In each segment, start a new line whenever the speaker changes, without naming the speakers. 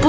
不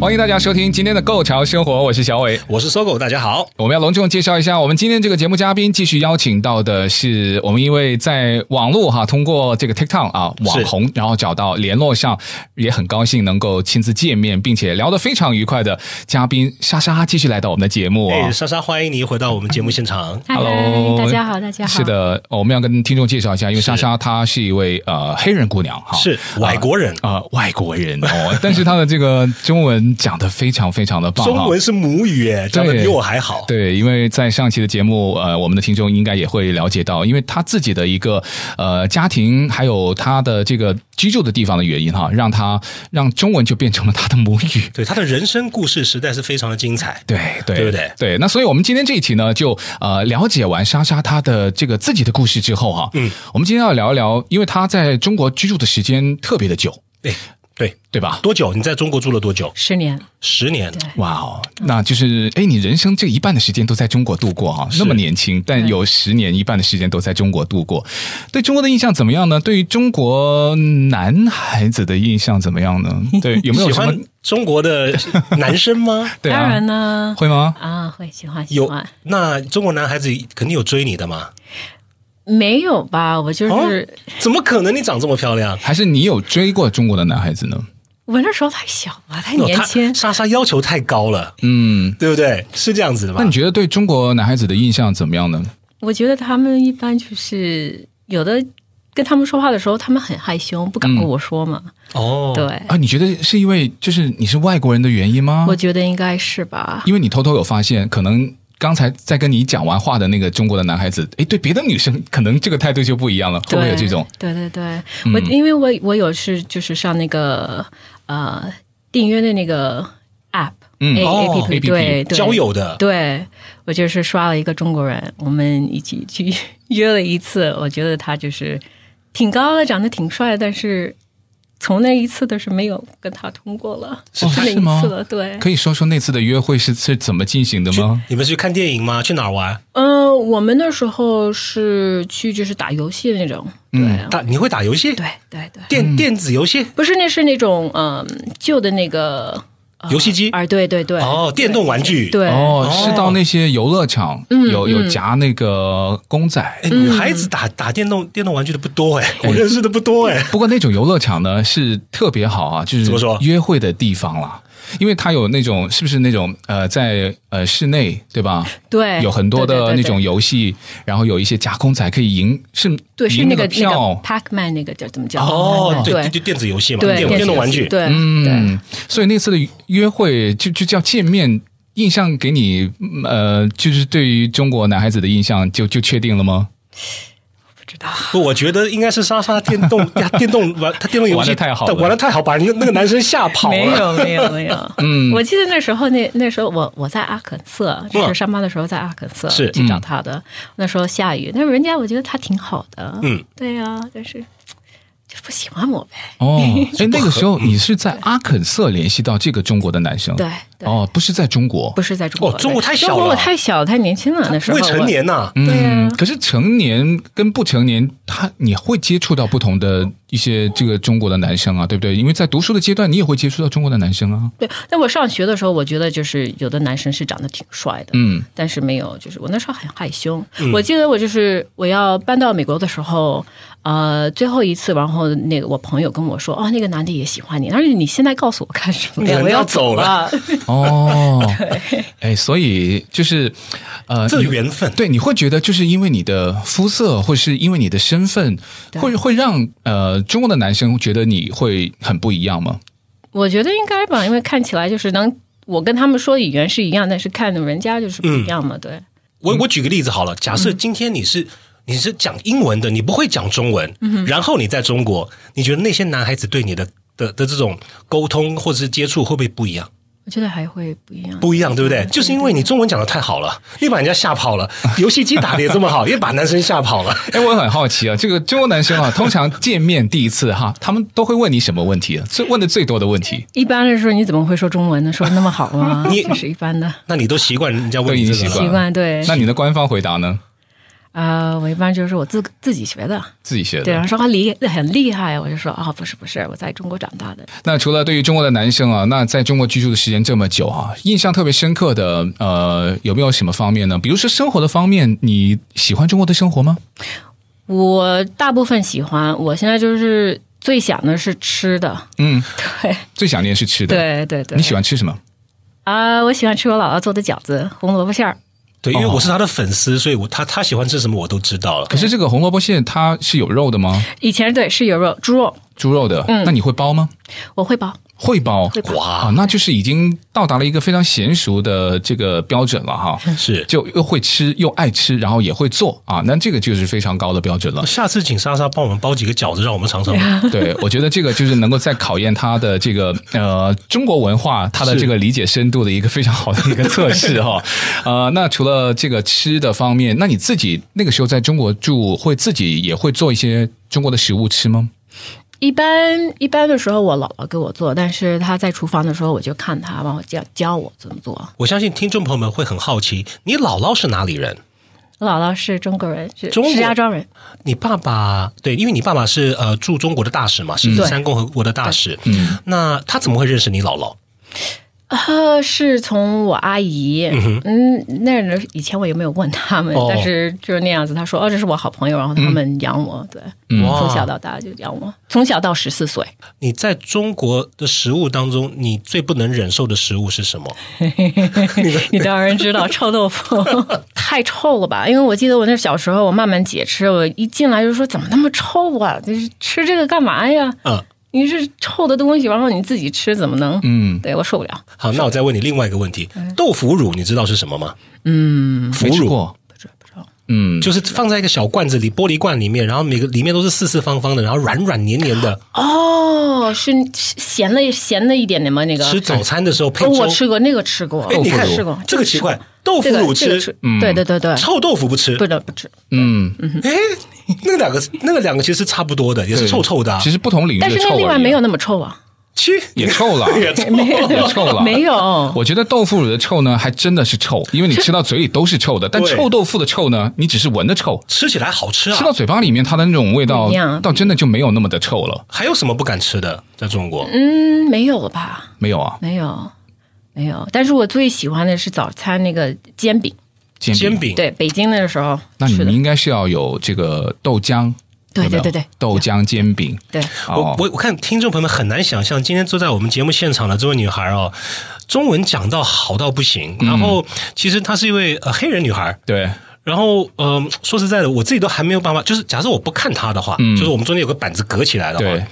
欢迎大家收听今天的《购潮生活》，我是小伟。
我是搜狗，大家好。
我们要隆重介绍一下，我们今天这个节目嘉宾继续邀请到的是我们，因为在网络哈，通过这个 TikTok 啊网红，然后找到联络上，也很高兴能够亲自见面，并且聊得非常愉快的嘉宾莎莎继续来到我们的节目啊
哎，。莎莎，欢迎你回到我们节目现场。
嗨
Hello，
大家好，大家好。
是，的，呃我们要跟听众介绍一下，因为
是
莎莎她是一位呃黑人姑娘哈，
是外国人，
啊、呃外国人哦，但是她的这个中文讲得非常非常的棒，啊
中
哈。
文是母语耶，讲的
对
比我还好。
对，因为在上期的节目，呃，我们的听众应该也会了解到，因为他自己的一个呃家庭，还有他的这个居住的地方的原因哈，让他让中文就变成了他的母语。
对，他的人生故事实在是非常的精彩。
对对
对不对
对，那所以我们今天这一期呢，就呃了解完莎莎她的这个自己的故事之后哈、
嗯，
我们今天要聊一聊，因为她在中国居住的时间特别的久，
对对，
对吧？
多久？你在中国住了多久？
十年，
十年。
哇哦，那就是哎，你人生这一半的时间都在中国度过哈、那么年轻，但有十年一半的时间都在中国度过，对中国的印象怎么样呢？对于中国男孩子的印象怎么样 呢？对，有没有
喜
什么
欢？中 国的男生吗？
对
当
啊
然，呢，
会吗？
啊，会喜欢喜
有
欢，，
那中国男孩子肯定有追你的嘛？
没有吧？我
哦
就是、
怎么可能？你长这么漂亮？
还是你有追过中国的男孩子呢？
我那时候太小吧，太
哦
年
他
轻。
莎莎要求太高了，
嗯，
对不对？是这样子的吧
那你？觉得对中国男孩子的印象怎么样呢？
我觉得他们一般就是有的跟他们说话的时候，他们很害羞，不敢
嗯
跟我说嘛。
哦，
对、
啊，你觉得是因为就是你是外国人的原因吗
我？觉得应该是吧。
因为你偷偷有发现，可能刚才在跟你讲完话的那个中国的男孩子，诶，对别的女生可能这个态度就不一样了，会不
对
会有这种？嗯
对对对，我因为我我有是就是上那个呃订阅的那个 app。
嗯
A
哦
P P
APP
对对
交友的，
对我就是刷了一个中国人，我们一起去约了一次，我觉得他就是挺高的，长得挺帅，但是从那一次的是没有跟他通过了，
是
就那
是吗
一次了，对。
可以说说那次的约会是是怎么进行的
去
吗？
你们是去看电影吗？去哪儿玩？
嗯，我们那时候是去就是打游戏的那种，对、啊
打你会打游戏？
嗯对对对，
电电子游戏？
不是那是那种嗯、旧的那个、呃
游戏机
啊，对对对，
哦，电动玩具。，
对，
哦，
哦
是到那些游乐场，
嗯
有有夹那个公仔。
哎女孩子打打电动电动玩具的不多哎，我认识的不多 哎。
不过那种游乐场呢是特别好啊，就是
怎么说
约会的地方啦，因为它有那种是不是那种呃在呃室内对吧？
对，
有很多
哎对
的
对对
那种游戏，然后有一些夹公仔可以赢，是
对，是
赢
那
个
个那个
票。
Pac-Man 那个叫怎么叫？
哦，对，
对
就就电子游戏嘛，
对
电电动玩具。
对，对，
嗯，所以那次的约会就就叫见面，印象给你嗯呃，就是对于中国男孩子的印象就就确定了吗？
不知道。
不，我觉得应该是莎莎电动 呀电动玩，她电动游
玩
戏
得太好了
但玩的太好，把那个那个男生吓跑
没
了。
有没有 没有，
嗯
我记得那时候那那时候我我在阿肯色，就是上班的时候在阿肯色
是
去找他的。那时候下雨，但是人家我觉得他挺好的，
嗯，
对呀、但是就不喜欢我呗。
哦，哎，那个时候你是在阿肯色联系到这个中国的男生，
对，对，
哦，不是在中国
不，是在中国，
哦中国太小了
中国我太小太年轻了，那时候
未
我
成。年呐，
对啊
嗯可是成年跟不成年，他你会接触到不同的一些这个中国的男生啊，对不对？因为在读书的阶段，你也会接触到中国的男生啊，
对，但我上学的时候，我觉得就是有的男生是长得挺帅的，
嗯，
但是没有，就是我那时候很害羞。我记得我就是我要搬到美国的时候，呃，最后一次，然后那个我朋友跟我说，哦，那个男的也喜欢你，但是你现在告诉我干什么 呀？
人
我
要
要
走
了。
哦，哎，所以就是，呃，
这
你
缘分。
对，你会觉得就是因为你的肤色，或是因为你的身份，会会让呃中国的男生觉得你会很不一样吗？
我觉得应该吧，因为看起来就是能，我跟他们说语言是一样，但是看人家就是不一样嘛，对。嗯
我我举个例子好了，假设今天你是。你是讲英文的，你不会讲中文，
嗯
然后你在中国，你觉得那些男孩子对你的的的这种沟通或者是接触会不会不一样？
我觉得还会不一样。
不一样，对不对？就是因为你中文讲的太好了，你把人家吓跑 了，游戏机打的也这么好，也把男生吓跑了。
哎，我很好奇啊，这个中国男生 啊，通常见面第一次哈，他们都会问你什么问题啊？最问的最多的问题，
一般的时候你怎么会说中文呢？说那么好吗？
你
这是一般的
那你都习惯人家
都
问
已
你
经习
这个
惯
了，
习惯，对。
那你的官方回答呢？
啊、我一般就是我自自己学的，
自己学
对，啊然
的。
后说他厉很厉害，我就说啊、不是不是，我在中国长大的，
那除了对于中国的男生啊，那在中国居住的时间这么久啊，印象特别深刻的呃，有没有什么方面呢？比如说生活的方面，你喜欢中国的生活吗？
我大部分喜欢，我现在就是最想的是吃的，
嗯，
对
最想念是吃的。
对对对。
你喜欢吃什么？
啊、我喜欢吃我姥姥做的饺子，红萝卜馅儿。
对，因为我是他的粉丝，所以我他他喜欢吃什么我都知道了。
可是这个红萝卜馅它是有肉的吗？
以前对是有肉，猪肉
猪肉的，那你会包吗？
我会包，
会包，
嗯会
嗯
包
哇、那就是已经到达了一个非常娴熟的这个标准了哈。
是，。
就又会吃又爱吃，然后也会做啊，那这个就是非常高的标准了
哦下次请莎莎帮我们包几个饺子，让我们尝尝。
对，我觉得这个就是能够再考验他的这个呃中国文化他的这个理解深度的一个非常好的一个测试 哈、呃，那除了这个吃的方面，那你自己那个时候在中国住，会自己也会做一些中国的食物吃吗？
一般一般的时候我姥姥给我做，但是她在厨房的时候我就看她帮我教教我怎么做。
我相信听众朋友们会很好奇，你姥姥是哪里人？
我姥姥是中国人，是
中国
石家庄人，
你爸爸对，因为你爸爸是呃驻中国的大使嘛，是十三共和国的大使。嗯，那他怎么会认识你姥姥？
呃，是从我阿姨，嗯那人以前我也没有问他们，
哦
但是就是那样子，他说哦，这是我好朋友，然后他们养我，对，
哇
从小到大就养我，从小到十四岁，
你在中国的食物当中，你最不能忍受的食物是什么？
你当然知道臭豆腐太臭了吧？因为我记得我那小时候，我慢慢解吃，我一进来就说怎么那么臭啊？就是吃这个干嘛呀？
嗯，
你是臭的东西，然后你自己吃怎么能？
嗯，
对我受不了，
好，那我再问你另外一个问题：
嗯
豆腐乳你知道是什么吗？嗯，腐
没吃
乳
过，
不知不知道。
嗯，
就是放在一个小罐子里，玻璃罐里面，然后每个里面都是四四方方的，然后软软黏黏
啊
的。
哦，是是咸了咸了一点点吗？那个
吃早餐的时候配
哦，
粥
我，吃过那个吃过，
哎，你
我
看
吃过
这个奇怪，豆
豆
腐乳
这个
吃
吃，，对对对对，
臭豆腐不吃
不。能不吃。
嗯，
哎，那两个那个两个其实差不多的，也是
对
臭臭的啊。
嗯其实不同领域
但
的
是
臭
那
味
另
儿
外
一
没
样
有那么臭啊，
切
也臭 了，
也臭
也 臭了，
没有。
我觉得豆腐乳的臭呢，还真的是臭，因为你吃到嘴里都是臭的。但
对
臭豆腐的臭呢，你只是闻的臭，
吃起来好吃
吃到
啊。
嘴巴里面它的那种味道
不一样，
倒真的就没有那么的臭了。
还有什么不敢吃的？在中国，
嗯，没有了吧？
没有啊，
没有，没有。但是我最喜欢的是早餐那个煎饼，
煎
煎。饼
对，北京的时候
那你
吃
们
的，
应该是要有这个豆浆，
对
有没有
对对对
豆浆煎饼。
对，
哦
我我我看听众朋友们很难想象，今天坐在我们节目现场的这位女孩哦，中文讲到好到不行，
嗯
然后其实她是一位呃黑人女孩。
对，
然后，嗯、说实在的，我自己都还没有办法。就是假设我不看她的话，
嗯
就是我们中间有个板子隔起来的
对
话，，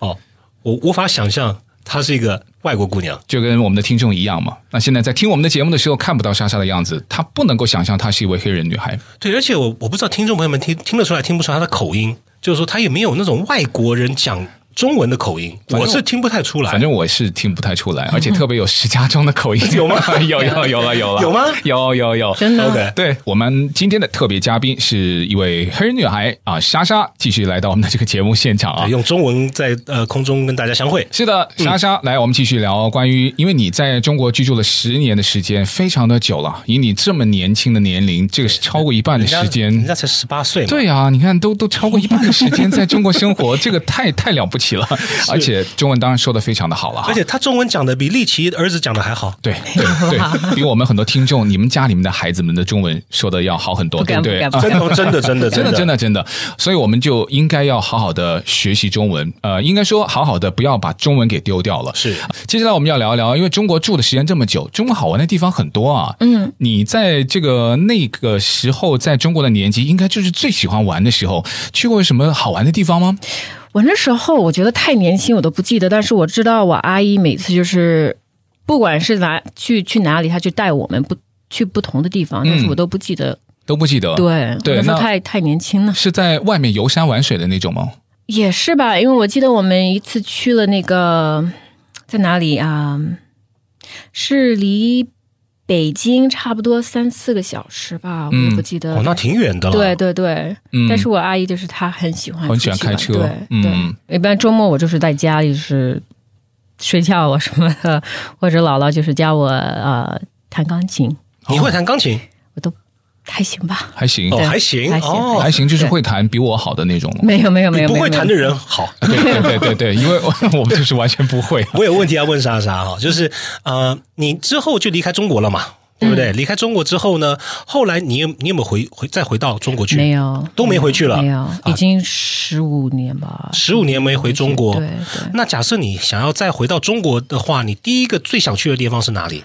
哦，我无法想象她是一个外国姑娘。
就跟我们的听众一样嘛。那现在在听我们的节目的时候，看不到莎莎的样子，她不能够想象她是一位黑人女孩。
对，而且我我不知道听众朋友们听听得出来听不出来她的口音，就是说她也没有那种外国人讲中文的口音，
正
我是听不太出来。
反正我是听不太出
嗯
来，而且特别有石家庄的口音，有吗？ 有有有了有了
有吗
有有有，
真的
OK
对我们今天的特别嘉宾是一位黑人女孩啊，莎莎，继续来到我们的这个节目现场啊
对。用中文在呃空中跟大家相会。
是的，
嗯
莎莎，来，我们继续聊关于，因为你在中国居住了十年的时间，非常的久了。以你这么年轻的年龄，这个是超过一半的
人家
时
人
间。
家才十八岁嘛。
对啊，你看，都都超过一半的时间在中国生 活，这个太太了不起了。而且中文当然说的非常的好了哈，
而且他中文讲的比利奇儿子讲的还好。
对对 对，比我们很多听众，你们家里面的孩子们的中文说的要好很多，
不
对
敢
不
不
对
敢？不
真
敢。
的，真的，真的，
啊真的，真
的，
的，真的，所以我们就应该要好好的学习中文，呃，应该说好好的，不要把中文给丢掉了。
是
接下来我们要聊一聊，因为中国住的时间这么久，中国好玩的地方很多啊。嗯，你在这个那个时候在中国的年纪，应该就是最喜欢玩的时候，去过什么好玩的地方吗？
我那时候我觉得太年轻，我都不记得，但是我知道我阿姨每次就是，不管是哪去去哪里，她就带我们不去不同的地方，但是我都不记得
都不记得。
对，
嗯啊对，
那时
那
候太太年轻了，
是在外面游山玩水的那种吗？
也是吧？因为我记得我们一次去了那个在哪里啊？是离北京差不多三四个小时吧，我也
嗯
不记得。
哦，那挺远的了。
对对对，
嗯，
但是我阿姨就是她很喜欢
很喜欢
出去
开
玩
车
对
嗯
对。一般周末我就是在家里是睡觉啊什么的，或者姥姥就是教我呃弹钢琴，
你会弹钢琴？
还行吧？
还行
哦，，
对
还行，
还行
哦，
还行，就是
对
会弹比我好的那 种。
没有没有没
比
有，
不
没有
会弹
没
的
有
人好。
对对对对对，因为我 我们就是完全不 会。
我有问题要问莎莎哈，就是呃，你之后就离开中国了嘛，对不
嗯
对？离开中国之后呢，后来你有你有没有回回再回到中国去？
没，有
都没回去了啊
没有，已经十五年吧，
15年没回中国
对对
那假设你想要再回到中国的话，你第一个最想去的地方是哪里？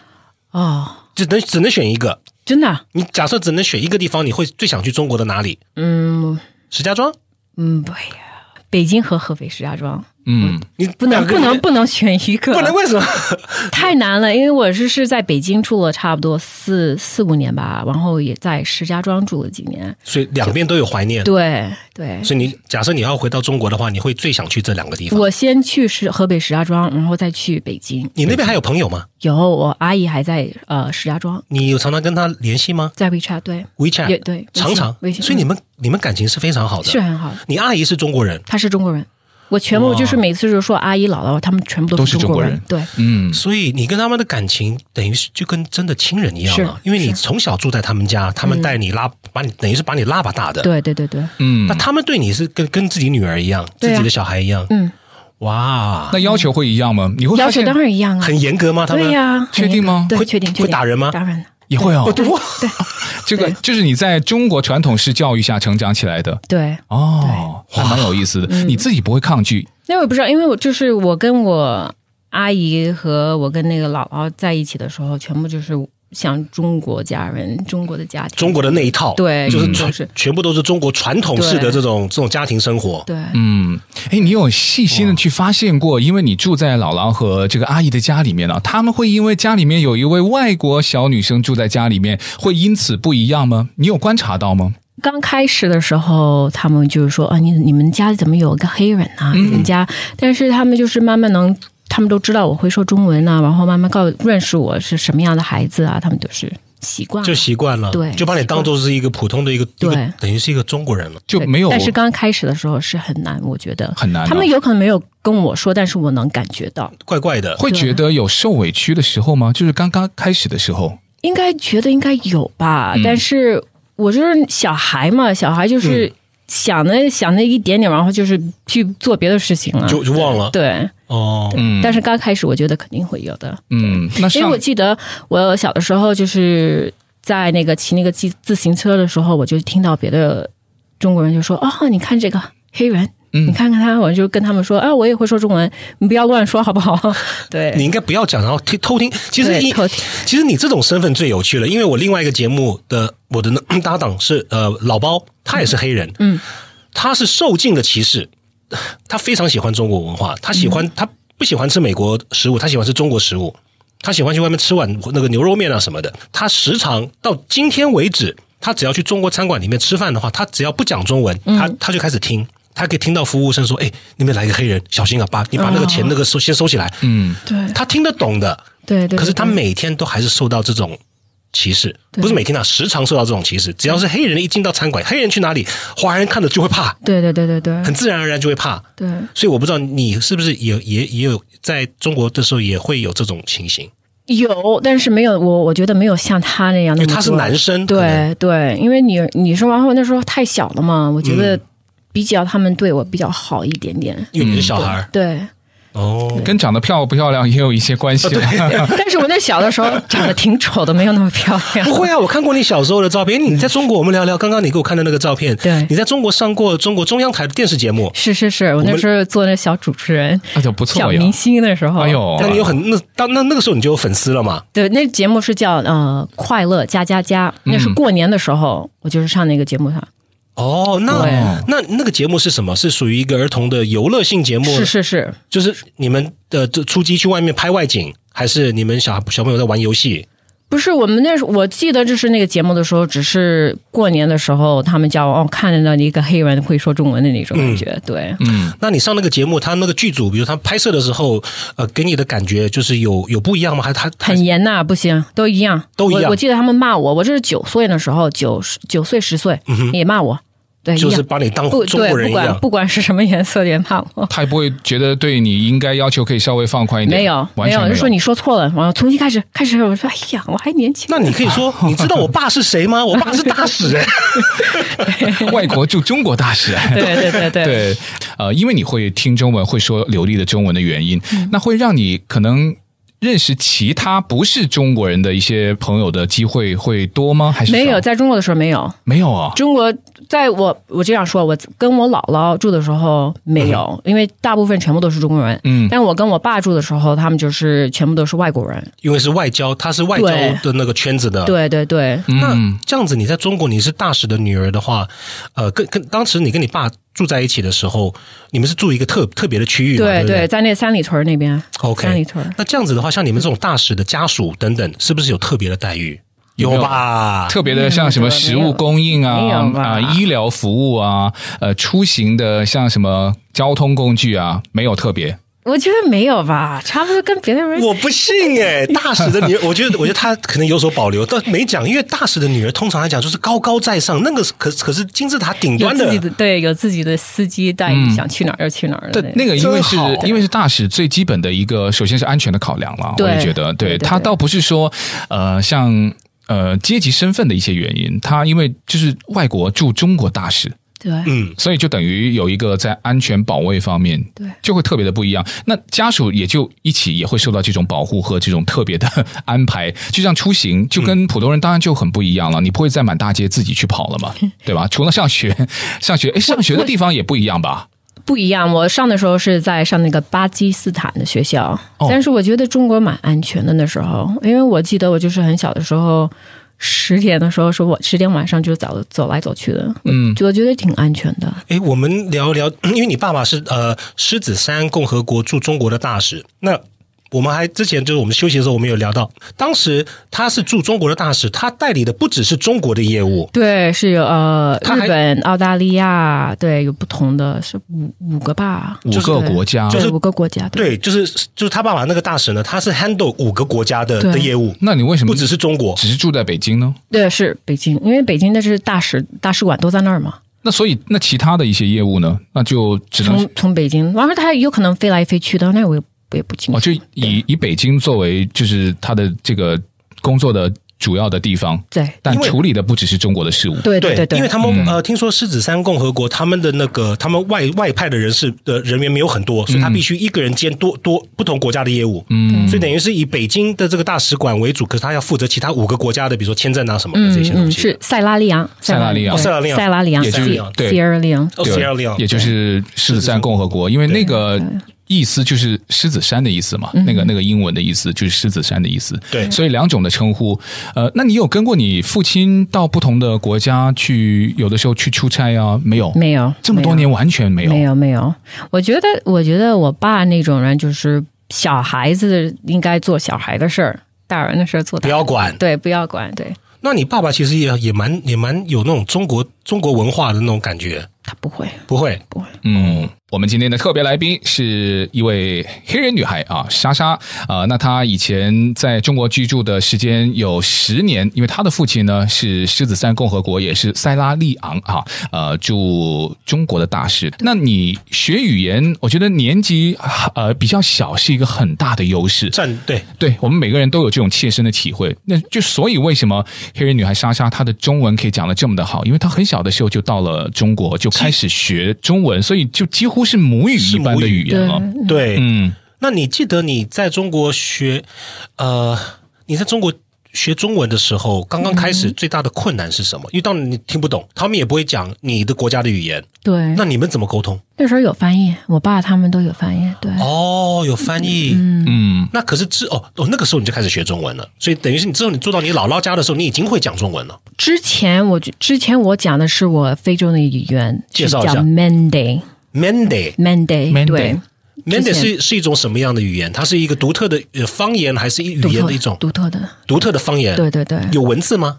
哦，
只能只能选一个。
真的啊，
你假设只能选一个地方，你会最想去中国的哪里？
嗯
石家庄？
嗯，对呀。北京和河北石家庄
嗯，
你
不能
两个
不能不能选一个，
不能为什么？
太难了，因为我是是在北京住了差不多四四五年吧，然后也在石家庄住了几年。
所以两边都有怀念。
对对，
所以你假设你要回到中国的话，你会最想去这两个地方。
我先去石河北石家庄，然后再去北京。
你那边还有朋友吗？
有我阿姨还在呃石家庄，
你有常常跟他联系吗
在 WeChat 对，
？WeChat
也对，微信
常常
微，信，
所以你们你们感情是非常好
嗯是嗯
的。
很好的。
你阿姨是中国人，
她是中国人，我全部
哇
就是每次就说阿姨姥姥，他们全部
都
都
是中
中国
国
人。
人
对，
嗯，
所以你跟他们的感情等于是就跟真的亲人一样了，
是
因为你
是
从小住在他们家，他们带你拉，把你等于是把你拉拔大的。
对对对对，
嗯
那，他们对你是跟跟自己女儿一样，
对啊
自己的小孩一样。
嗯，
哇，
那要求会一样吗？你会
要
发
求
现
当然一样啊。
很严格吗？他们啊
对呀、很
确定
严格
吗
会
对，确定，确
会
定
打人吗？
当然，
也会哦。
哇，
这个
对
就是你在中国传统式教育下成长起来的
对。嗯
哦，还蛮有意思的。你自己不会抗拒，
那我也不知道，因为我就是我跟我阿姨和我跟那个姥姥在一起的时候，全部就是像中国家人、中国的家庭，
中国的那一套，
对
就是
嗯
传
就是
全部都是中国传统式的
对
这种这种家庭生活。
对，
嗯，哎，你有细心的去发现过，因为你住在姥姥和这个阿姨的家里面呢、他们会因为家里面有一位外国小女生住在家里面，会因此不一样吗？你有观察到吗？
刚开始的时候，他们就是说啊，你你们家里怎么有一个黑人啊？
嗯
你们家，但是他们就是慢慢能，他们都知道我会说中文啊，然后慢慢告认识我是什么样的孩子啊，他们就是习惯了
就习惯了，
对
就把你当做是一个普通的一个，一个
对
等于是一个中国人了。
就没有
但是刚开始的时候是很难，我觉得
很难啊
他们有可能没有跟我说，但是我能感觉到，
怪怪的，
会觉得有受委屈的时候吗？就是刚刚开始的时候，
应该觉得应该有
嗯
吧，但是我就是小孩嘛，小孩
嗯
就是想的、想的一点点，然后就是去做别的事情了。
就就忘了
对，
哦。
嗯，
但是刚开始我觉得肯定会有的，
嗯，那
因为
上
我记得我小的时候就是在那个骑那个自自行车的时候，我就听到别的中国人就说：“哦，你看这个黑人，
嗯
你看看他。”我就跟他们说：“啊，我也会说中文，你不要乱说好不好？”对，
你应该不要讲，然后听偷听。 其实
对
一
偷听
其实你这种身份最有趣了，因为我另外一个节目的我的那 搭档是呃老包，他也是黑人，
嗯，
他是受尽了歧视， 他非常喜欢中国文化，他喜欢、他不喜欢吃美国食物，他喜欢吃中国食物，他喜欢去外面吃碗那个牛肉面啊什么的。他时常到今天为止，他只要去中国餐馆里面吃饭的话，他只要不讲中文，他他就开始听。他可以听到服务生说：“哎，那边来个黑人，小心啊，把你把那个钱那个收先收起来。
嗯，
对
他听得懂的，
对对，
可是他
对
每天都还是受到这种歧视，
对
不是每天啊，时常受到这种歧视。只要是黑人一进到餐馆，黑人去哪里，华人看了就会怕，
对对对对对
很自然而然就会怕。
对。
所以我不知道你是不是也也也有在中国的时候也会有这种情形，
有，但是没有我，我觉得没有像他那样
因
那
为
么多。
他是男生，可能，
对对，因为女女生，然后那时候太小了嘛，我觉
嗯
得比较他们对我比较好一点点。
因为你是小孩儿
对，
哦。
跟长得漂不漂亮也有一些关系啊
哦
了。
但是我那小的时候长得挺丑的，没有那么漂亮。
不会啊，我看过你小时候的照片。你在中国，我们聊聊刚刚你给我看的那个照片。
对
你在中国上过中国中央台的电视节目，
是是是，我那时候做那小主持人、
那就不
小
错呀。
明星的时候，
哎呦，
那你有很那当那那个时候你就有粉丝了嘛？
对，那节目是叫呃《快乐加加加》，那是过年的时候，我就是上那个节目上。
哦，
对
那那那个节目是什么？是属于一个儿童的游乐性节目，
是是是，
呃就是你们的这出击去外面拍外景，还是你们小小朋友在玩游戏？
不是我们那时候，我记得就是那个节目的时候，只是过年的时候，他们叫我哦，看到一个黑人会说中文的那种感觉，对，
嗯，
那你上那个节目，他那个剧组，比如他拍摄的时候，呃，给你的感觉就是有有不一样吗？还是他他
很严呐、不行，都一样，
都一样
我。我记得他们骂我，我这是九岁的时候，九十九岁十岁、也骂我，对，
就
一
是
样
把你当
不
中
对，
国人
不
一
管
样？
不管是什么颜色的也骂我。
他也不会觉得对你应该要求可以稍微放宽一点，
没有，
完
没
全
有，
没
就说你说错了，然后重新开始，开始，我说，哎呀，我还年轻，
那你可以说，你知道我爸是谁吗？我爸是大使 哎。
外国驻中国大使。哎
对对对对
对，呃，因为你会听中文，会说流利的中文的原因，
嗯
那会让你可能认识其他不是中国人的一些朋友的机会会多吗？还是啊
没
少
有，在中国的时候没有，
没有啊？
中国在我我这样说，我跟我姥姥住的时候没有，因为大部分全部都是中国人。
嗯
但我跟我爸住的时候，他们就是全部都是外国人。
因为是外交，他是外交
对
的那个圈子的。，
对对对，
那
嗯，
这样子，你在中国你是大使的女儿的话，呃，跟跟当时你跟你爸住在一起的时候，你们是住一个特特别的区域嘛，对
对
不
对，在那三里屯那边，三里
OK，
屯
那这样子的话，像你们这种大使的家属等等，是不是有特别的待遇？
有没有
吧？
特别的像什么食物供应
没有
啊
吧
啊、医疗服务啊，呃，出行的像什么交通工具啊，没有特别。
我觉得没有吧，差不多跟别的人。
我不信哎、大使的女儿， 我觉得，我觉得她可能有所保留，但没讲，因为大使的女儿通常来讲就是高高在上，那个是可可是金字塔顶
有
端
自己
的，
的对，有自己的司机带
嗯
你，想去哪儿就去哪儿的
但那个因为是
真好
因为是大使最基本的一个，首先是安全的考量了，我
对
也觉得，
对对对
他倒不是说呃像呃阶级身份的一些原因，他因为就是外国驻中国大使，
对
嗯，
所以就等于有一个在安全保卫方面，
对
就会特别的不一样。那家属也就一起也会受到这种保护和这种特别的 安排，就像出
嗯
行，就跟普通人当然就很不一样了。你不会再满大街自己去跑了 嘛，对吧？除了上学，上学，哎，上学的地方也不一样吧？
不一样。我上的时候是在上那个巴基斯坦的学校，
哦
但是我觉得中国蛮安全的那时候，因为我记得我就是很小的时候，十点的时候说我十点晚上就走走来走去的，
嗯，
我觉得挺安全的。
诶，我们聊一聊， 因为你爸爸是呃狮子山共和国驻中国的大使，那我们还之前就是我们休息的时候，我们有聊到，当时他是驻中国的大使，他代理的不只是中国的业务，
对，是有呃
他
日
还
本、澳大利亚，对，有不同的是五五个吧，
五个国家，啊
就是
对五个国家，对。
对，就是就是他爸爸那个大使呢，他是 handle 五个国家的
对
的业务，
那你为什么
不只是中国。
只是住在北京呢？
对，是北京，因为北京的是大使大使馆都在那儿嘛，
那所以那其他的一些业务呢？那就只能
从从北京，完了他有可能飞来飞去的，那我也我也不清楚。
哦，就以以北京作为就是他的这个工作的主要的地方，
对
但
因为
处理的不只是中国的事务。
对对嗯对对，
因为他们、呃，听说狮子山共和国他们的那个他们外外派的人士的人员没有很多，所以他
嗯
必须一个人兼多多不同国家的业务。
嗯，
所以等于是以北京的这个大使馆为主，可是他要负责其他五个国家的，比如说签证啊什么的这些东
嗯，
西。
是塞拉利昂，
塞拉利昂
对
哦塞拉利昂
塞拉利昂，
也就是
Sierra-
对
Sierra Leone，
哦
对
Sierra Leone
也就是狮子山共和国，因为那个意思就是狮子山的意思嘛，那个那个英文的意思就是狮子山的意思。
对
所以两种的称呼。呃，那你有跟过你父亲到不同的国家去，有的时候去出差啊？没有，
没有
这么多年完全没有。
没有没有，我觉得我觉得我爸那种人就是小孩子应该做小孩的事儿，大人的事儿做
不
大人
要 管。
对不要管，对
那你爸爸其实也也蛮也蛮有那种中国中国文化的那种感觉，
他不会
不会？
不会，
嗯，我们今天的特别来宾是一位黑人女孩啊，莎莎啊、呃那她以前在中国居住的时间有十年，因为她的父亲呢是狮子山共和国，也是塞拉利昂啊，呃，驻中国的大使。那你学语言，我觉得年纪呃比较小是一个很大的优势。
站对
对我们每个人都有这种切身的体会，那就所以为什么黑人女孩莎莎她的中文可以讲的这么的好，因为她很小的时候就到了中国，就开始学中文，所以就几乎是母语一般的语言
对
了。
对，
嗯，
那你记得你在中国学，呃，你在中国学中文的时候，刚刚开始最大的困难是什
嗯
么？因为当然你听不懂，他们也不会讲你的国家的语言，
对，
那你们怎么沟通？
那时候有翻译，我爸他们都有翻译，对
哦，有翻译。
嗯，
那可是之哦哦，那个时候你就开始学中文了，所以等于是你之后你住到你姥姥家的时候，你已经会讲中文了。
之前我之前我讲的是我非洲的语言，
介绍一
是
下
叫 Mande
Monday，
Mande
Mande
对。
Mandarin 是是一种什么样的语言？它是一个独特的呃方言，还是一语
独
言
特
的一种
独特的，
独特的方言？
对对对，
有文字吗？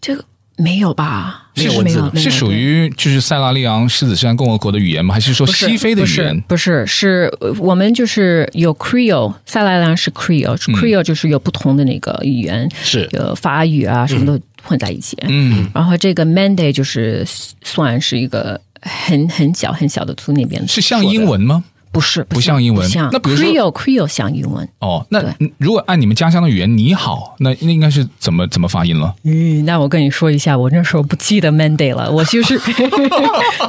这个没有吧？
没有
是
文
没
字
有
的
没有
是属
对
于就是塞拉利昂狮子山共和国的语言吗？还是说
不是
西非的
不
语
是
言？
不是，是呃我们就是有 Creole，塞拉利昂是
嗯
Creole，Creole、就是有不同的那个语言，
是
有法语啊，什么都混在一起。
嗯，
然后这个 Monday 就是算是一个很很小很小的从那边
是像
说的
英，文吗？
不是不
不像英文
不像
那比如说
Creole Creole 像英文，
哦，那如果按你们家乡的语言，你好，那那应该是怎么怎么发音了？
嗯，那我跟你说一下，我那时候不记得 Monday 了，我 就是，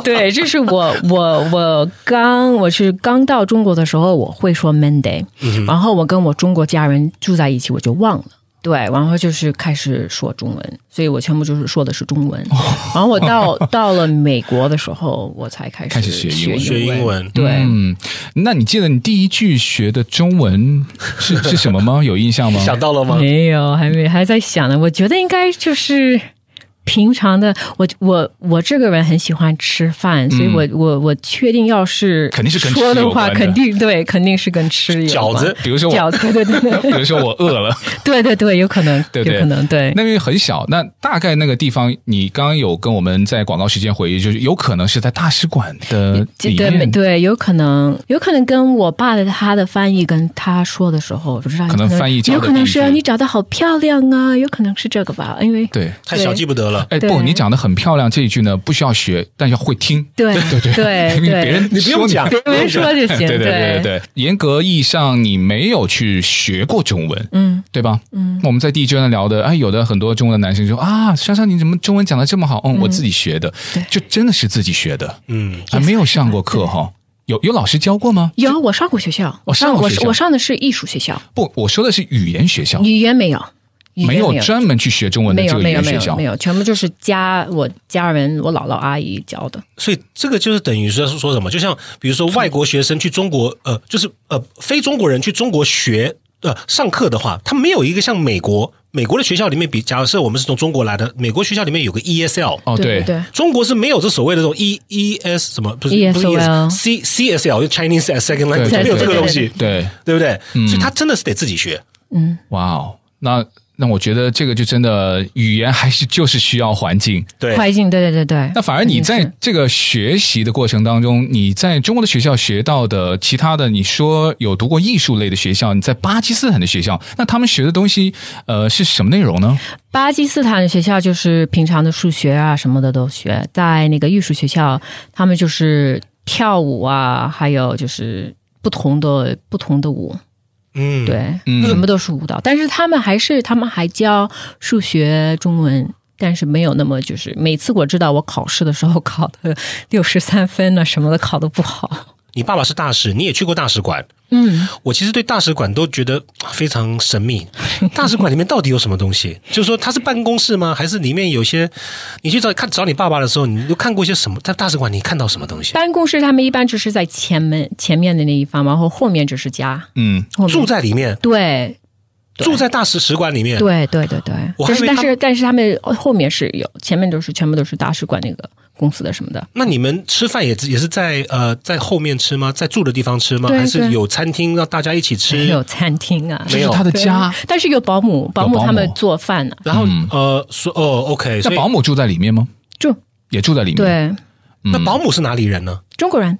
对，这是我我我刚我是刚到中国的时候，我会说 Monday，、然
嗯
后我跟我中国家人住在一起，我就忘了。对，然后就是开始说中文，所以我全部就是说的是中文。
哦
然后我到到了美国的时候，我才开始
开始学英文
学英文
对，
嗯，那你记得你第一句学的中文是是什么吗？有印象吗？
想到了吗？
没有，还没还在想呢。我觉得应该就是平常的。我我我这个人很喜欢吃饭，所以我我我确定要是
嗯肯定是跟吃
说的
有
话，
关的
肯定对，肯定是跟吃有
饺
关
子
比如说我，
饺子，对对
比
对
如说我饿了，
对对对，有可能，
对不对
有可能对。
那边很小，那大概那个地方，你刚刚有跟我们在广告时间回忆，就是有可能是在大使馆的
这
里
对
面，
对，有可能，有可能跟我爸的他的翻译跟他说的时候，不知道
可能翻译教的
有可能是
地
啊
址
你长得好漂亮啊，有可能是这个吧，因为
对
太小记不得了。
哎，
对
不，你讲的很漂亮这一句呢，不需要学，但要会听。
对对对
因为别人
对，
你不用 讲
别人说就行，
对对对
对
对，严格意义上你没有去学过中文，
嗯，
对吧？
嗯，
我们在第一阶段聊的，哎，有的很多中国的男生就说啊，莎莎你怎么中文讲的这么好？嗯，我自己学的
对，
就真的是自己学的，
嗯，
还没有上过课哈。有有老师教过吗？
有，我上过学校，
哦
我
上过
我
学
是
校
我上的是艺术学校，
不，我说的是语言学校，
语言没有，语言
没有
有
专门去学中文的
没
这
有
个
没
语
有
言
没
学
有
校
没。有，全部就是家我家人我姥姥阿姨教的，
所以这个就是等于说说什么？就像比如说外国学生去中国，呃，就是呃非中国人去中国学呃上课的话，他没有一个像美国美国的学校里面比，假设我们是从中国来的，美国学校里面有个 ESL，
哦，
对对，
中国是没有这所谓的这种 E E S 什么不是不是
ESL
C C S L 就 Chinese as Second
对
Language
对
没有
对
这个
对
东西，
对，
对不对？所以他真的是得自己学。
嗯，
哇哦，那那我觉得这个就真的语言还是就是需要环境。
对，
快进，对对对对，
那反而你在这个学习的过程当中，你在中国的学校学到的其他的，你说有读过艺术类的学校，你在巴基斯坦的学校，那他们学的东西，呃，是什么内容呢？
巴基斯坦的学校就是平常的数学啊什么的都学，在那个艺术学校，他们就是跳舞啊，还有就是不同的不同的舞，
嗯，
对，
嗯
什么都是舞蹈，但是他们还是他们还教数学、中文。但是没有那么，就是每次我知道我考试的时候考的六十三分呢，什么的考的不好。
你爸爸是大使，你也去过大使馆，
嗯，
我其实对大使馆都觉得非常神 秘。大使馆里面到底有什么东西？就是说，它是办公室吗？还是里面有些？你去找看找你爸爸的时候，你都看过一些什么？在大使馆你看到什么东西？
办公室他们一般只是在前门前面的那一方，然后后面只是家。
嗯，
后面
住在里面，
对对
住在大使使馆里面。
对对对对，
我还
就
以
是
为
但
他
是但是他们后面是有，前面都是全部都是大使馆那个公司的什么的。
那你们吃饭也只也是在呃在后面吃吗？在住的地方吃吗？
对
还是
对
有餐厅让大家一起
没
吃？
有餐厅啊，
没有
这是他的家。
但是有保姆，保
保
姆他们
姆
做饭呢、啊
然后、呃说哦 OK，所
那
以
保姆住在里面吗？
就
也住在里面。，
对
那保姆是哪里人呢？
中国人，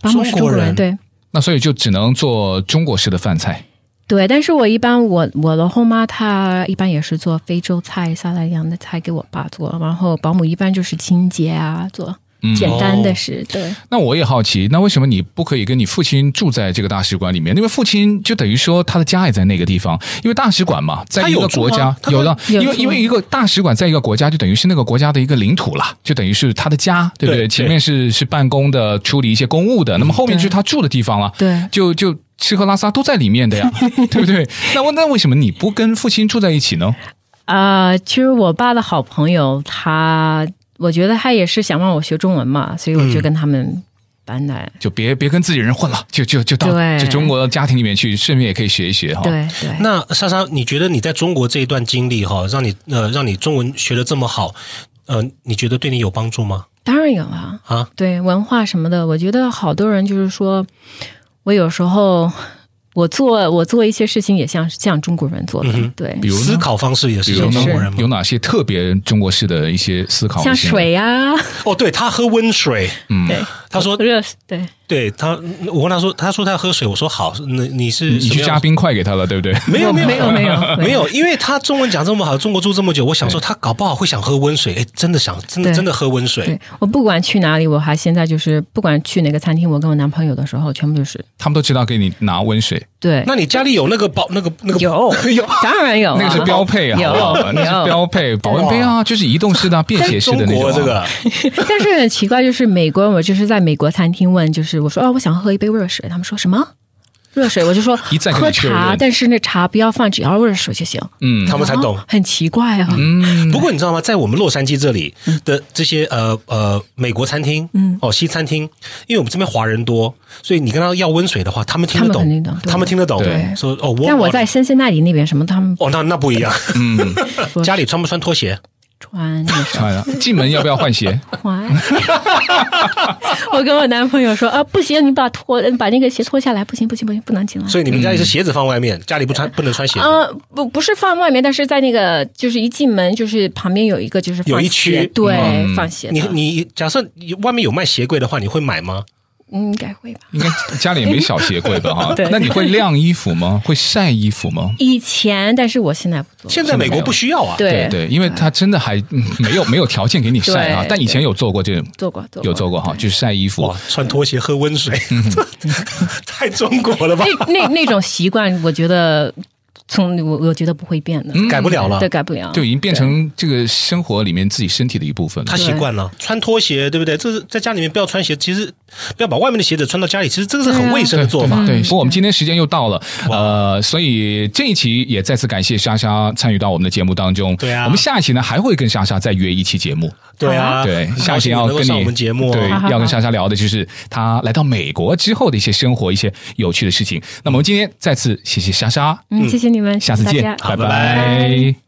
保姆是中国人，
中国
对
那所以就只能做中国式的饭菜。
对。但是我一般我我的后妈她一般也是做非洲菜、撒拉洋的菜给我爸做，然后保姆一般就是清洁啊，做
嗯
简单
哦
的事，对。
那我也好奇，那为什么你不可以跟你父亲住在这个大使馆里面？因为父亲就等于说他的家也在那个地方，因为大使馆嘛，在一
他
个
有住吗
国家
他
有了，
有
因为
住
因为一个大使馆在一个国家，就等于是那个国家的一个领土啦，就等于是他的家，对不对？
对对
前面是是办公的，处理一些公务的，那么后面就是他住的地方了，
对
就就吃喝拉撒都在里面的呀，对不对？那我那为什么你不跟父亲住在一起呢？
啊、其实我爸的好朋友他，我觉得他也是想让我学中文嘛，所以我就跟他们搬来。
就别别跟自己人混了，就就就到
对
就中国的家庭里面去，顺便也可以学一学哈。
对对，
那莎莎，你觉得你在中国这一段经历哈，让你呃让你中文学的这么好，呃，你觉得对你有帮助吗？
当然有啊。
啊，
对文化什么的，我觉得好多人就是说，我有时候我做我做一些事情也像像中国人做的，对
嗯比，如呢
思考方式也是
比如
像中国人
呢，有
吗？
哪些特别中国式的一些思考？
像水啊，
哦，对他喝温水，
嗯
对，
他说，
热对
对他，我问他说，他说他喝水，我说好，那你是
你你
什么
去
样
加冰块给他了，对不 对？
没有没有
没有没有
没有，因为他中文讲这么好，中国住这么久，我想说他搞不好会想喝温水，哎，真的想，真的
对
真的喝温水
对，我不管去哪里，我还现在就是不管去哪个餐厅，我跟我男朋友的时候，全部就是
他们都知道给你拿温水，
对，
那你家里有那个保那个那个
有
有
当然有啊，
那个是标 配，好不好？
有
那是
有
标配，保温杯啊，就是移动式 的啊、便携式
中
的那种
国
啊。
这个
但是很奇怪，就是美国人，我就是在美国餐厅问，就是我说哦，我想喝一杯热水，他们说什么？热水，我就说
一再跟你
喝
确认
茶，但是那茶不要放，只要热水就行。
嗯
他们才懂
啊。很奇怪啊。
嗯，
不过你知道吗？在我们洛杉矶这里
嗯
的这些呃呃美国餐厅，嗯，哦西餐厅，因为我们这边华人多，所以你跟他要温水的话，他们听得
他们肯定
懂
懂，对
他们听得懂
对，
说哦，我
但我在深圳那里那边，什么他们
哦，那那不一样，
嗯，
说
家里穿不穿拖鞋？
穿那时候
穿了。进门要不要换鞋？
穿。我跟我男朋友说啊，不行，你把脱，你把那个鞋脱下来，不行不行不行，不能进来。
所以你们家里是鞋子放外面，
嗯
家里不穿不能穿鞋子。
呃，不不是放外面，但是在那个就是一进门就是旁边有一个就是
有
放
一
鞋
区
对、
嗯
放鞋的，
你你假设你外面有卖鞋柜的话，你会买吗？
嗯应该会吧。
应该家里也没小鞋柜吧？哈
对，
那你会晾衣服吗？会晒衣服吗？
以前，但是我现在不做。
现在美国不需要啊，
哦对
对，因为他真的还嗯没有没有条件给你晒啊
对。
但以前有做过这种，
做过做过
有做过哈，就是晒衣服
哇。，穿拖鞋喝温水，
嗯
太中国了吧？
那那那种习惯，我觉得从我我觉得不会变
嗯
的，
改不了了
对，，改不了，
就已经变成这个生活里面自己身体的一部分了
他。习惯了穿拖鞋，对不对？这是在家里面不要穿鞋，其实不要把外面的鞋子穿到家里，其实这个是很卫生的做法。
对，不过我们今天时间又到了，呃，所以这一期也再次感谢莎莎参与到我们的节目当中。
对啊
我们下一期呢还会跟莎莎再约一期节目。
对啊，
对，
很
下
高
期
兴
要
能够
跟
上
你
我们节目啊，
对
好好，
要跟
好
莎莎聊的就是她来到美国之后的一些生活、一些有趣的事情。那么我们今天再次谢谢莎莎，
嗯，谢谢你们，
下次
谢谢
见
大，家
拜
拜
拜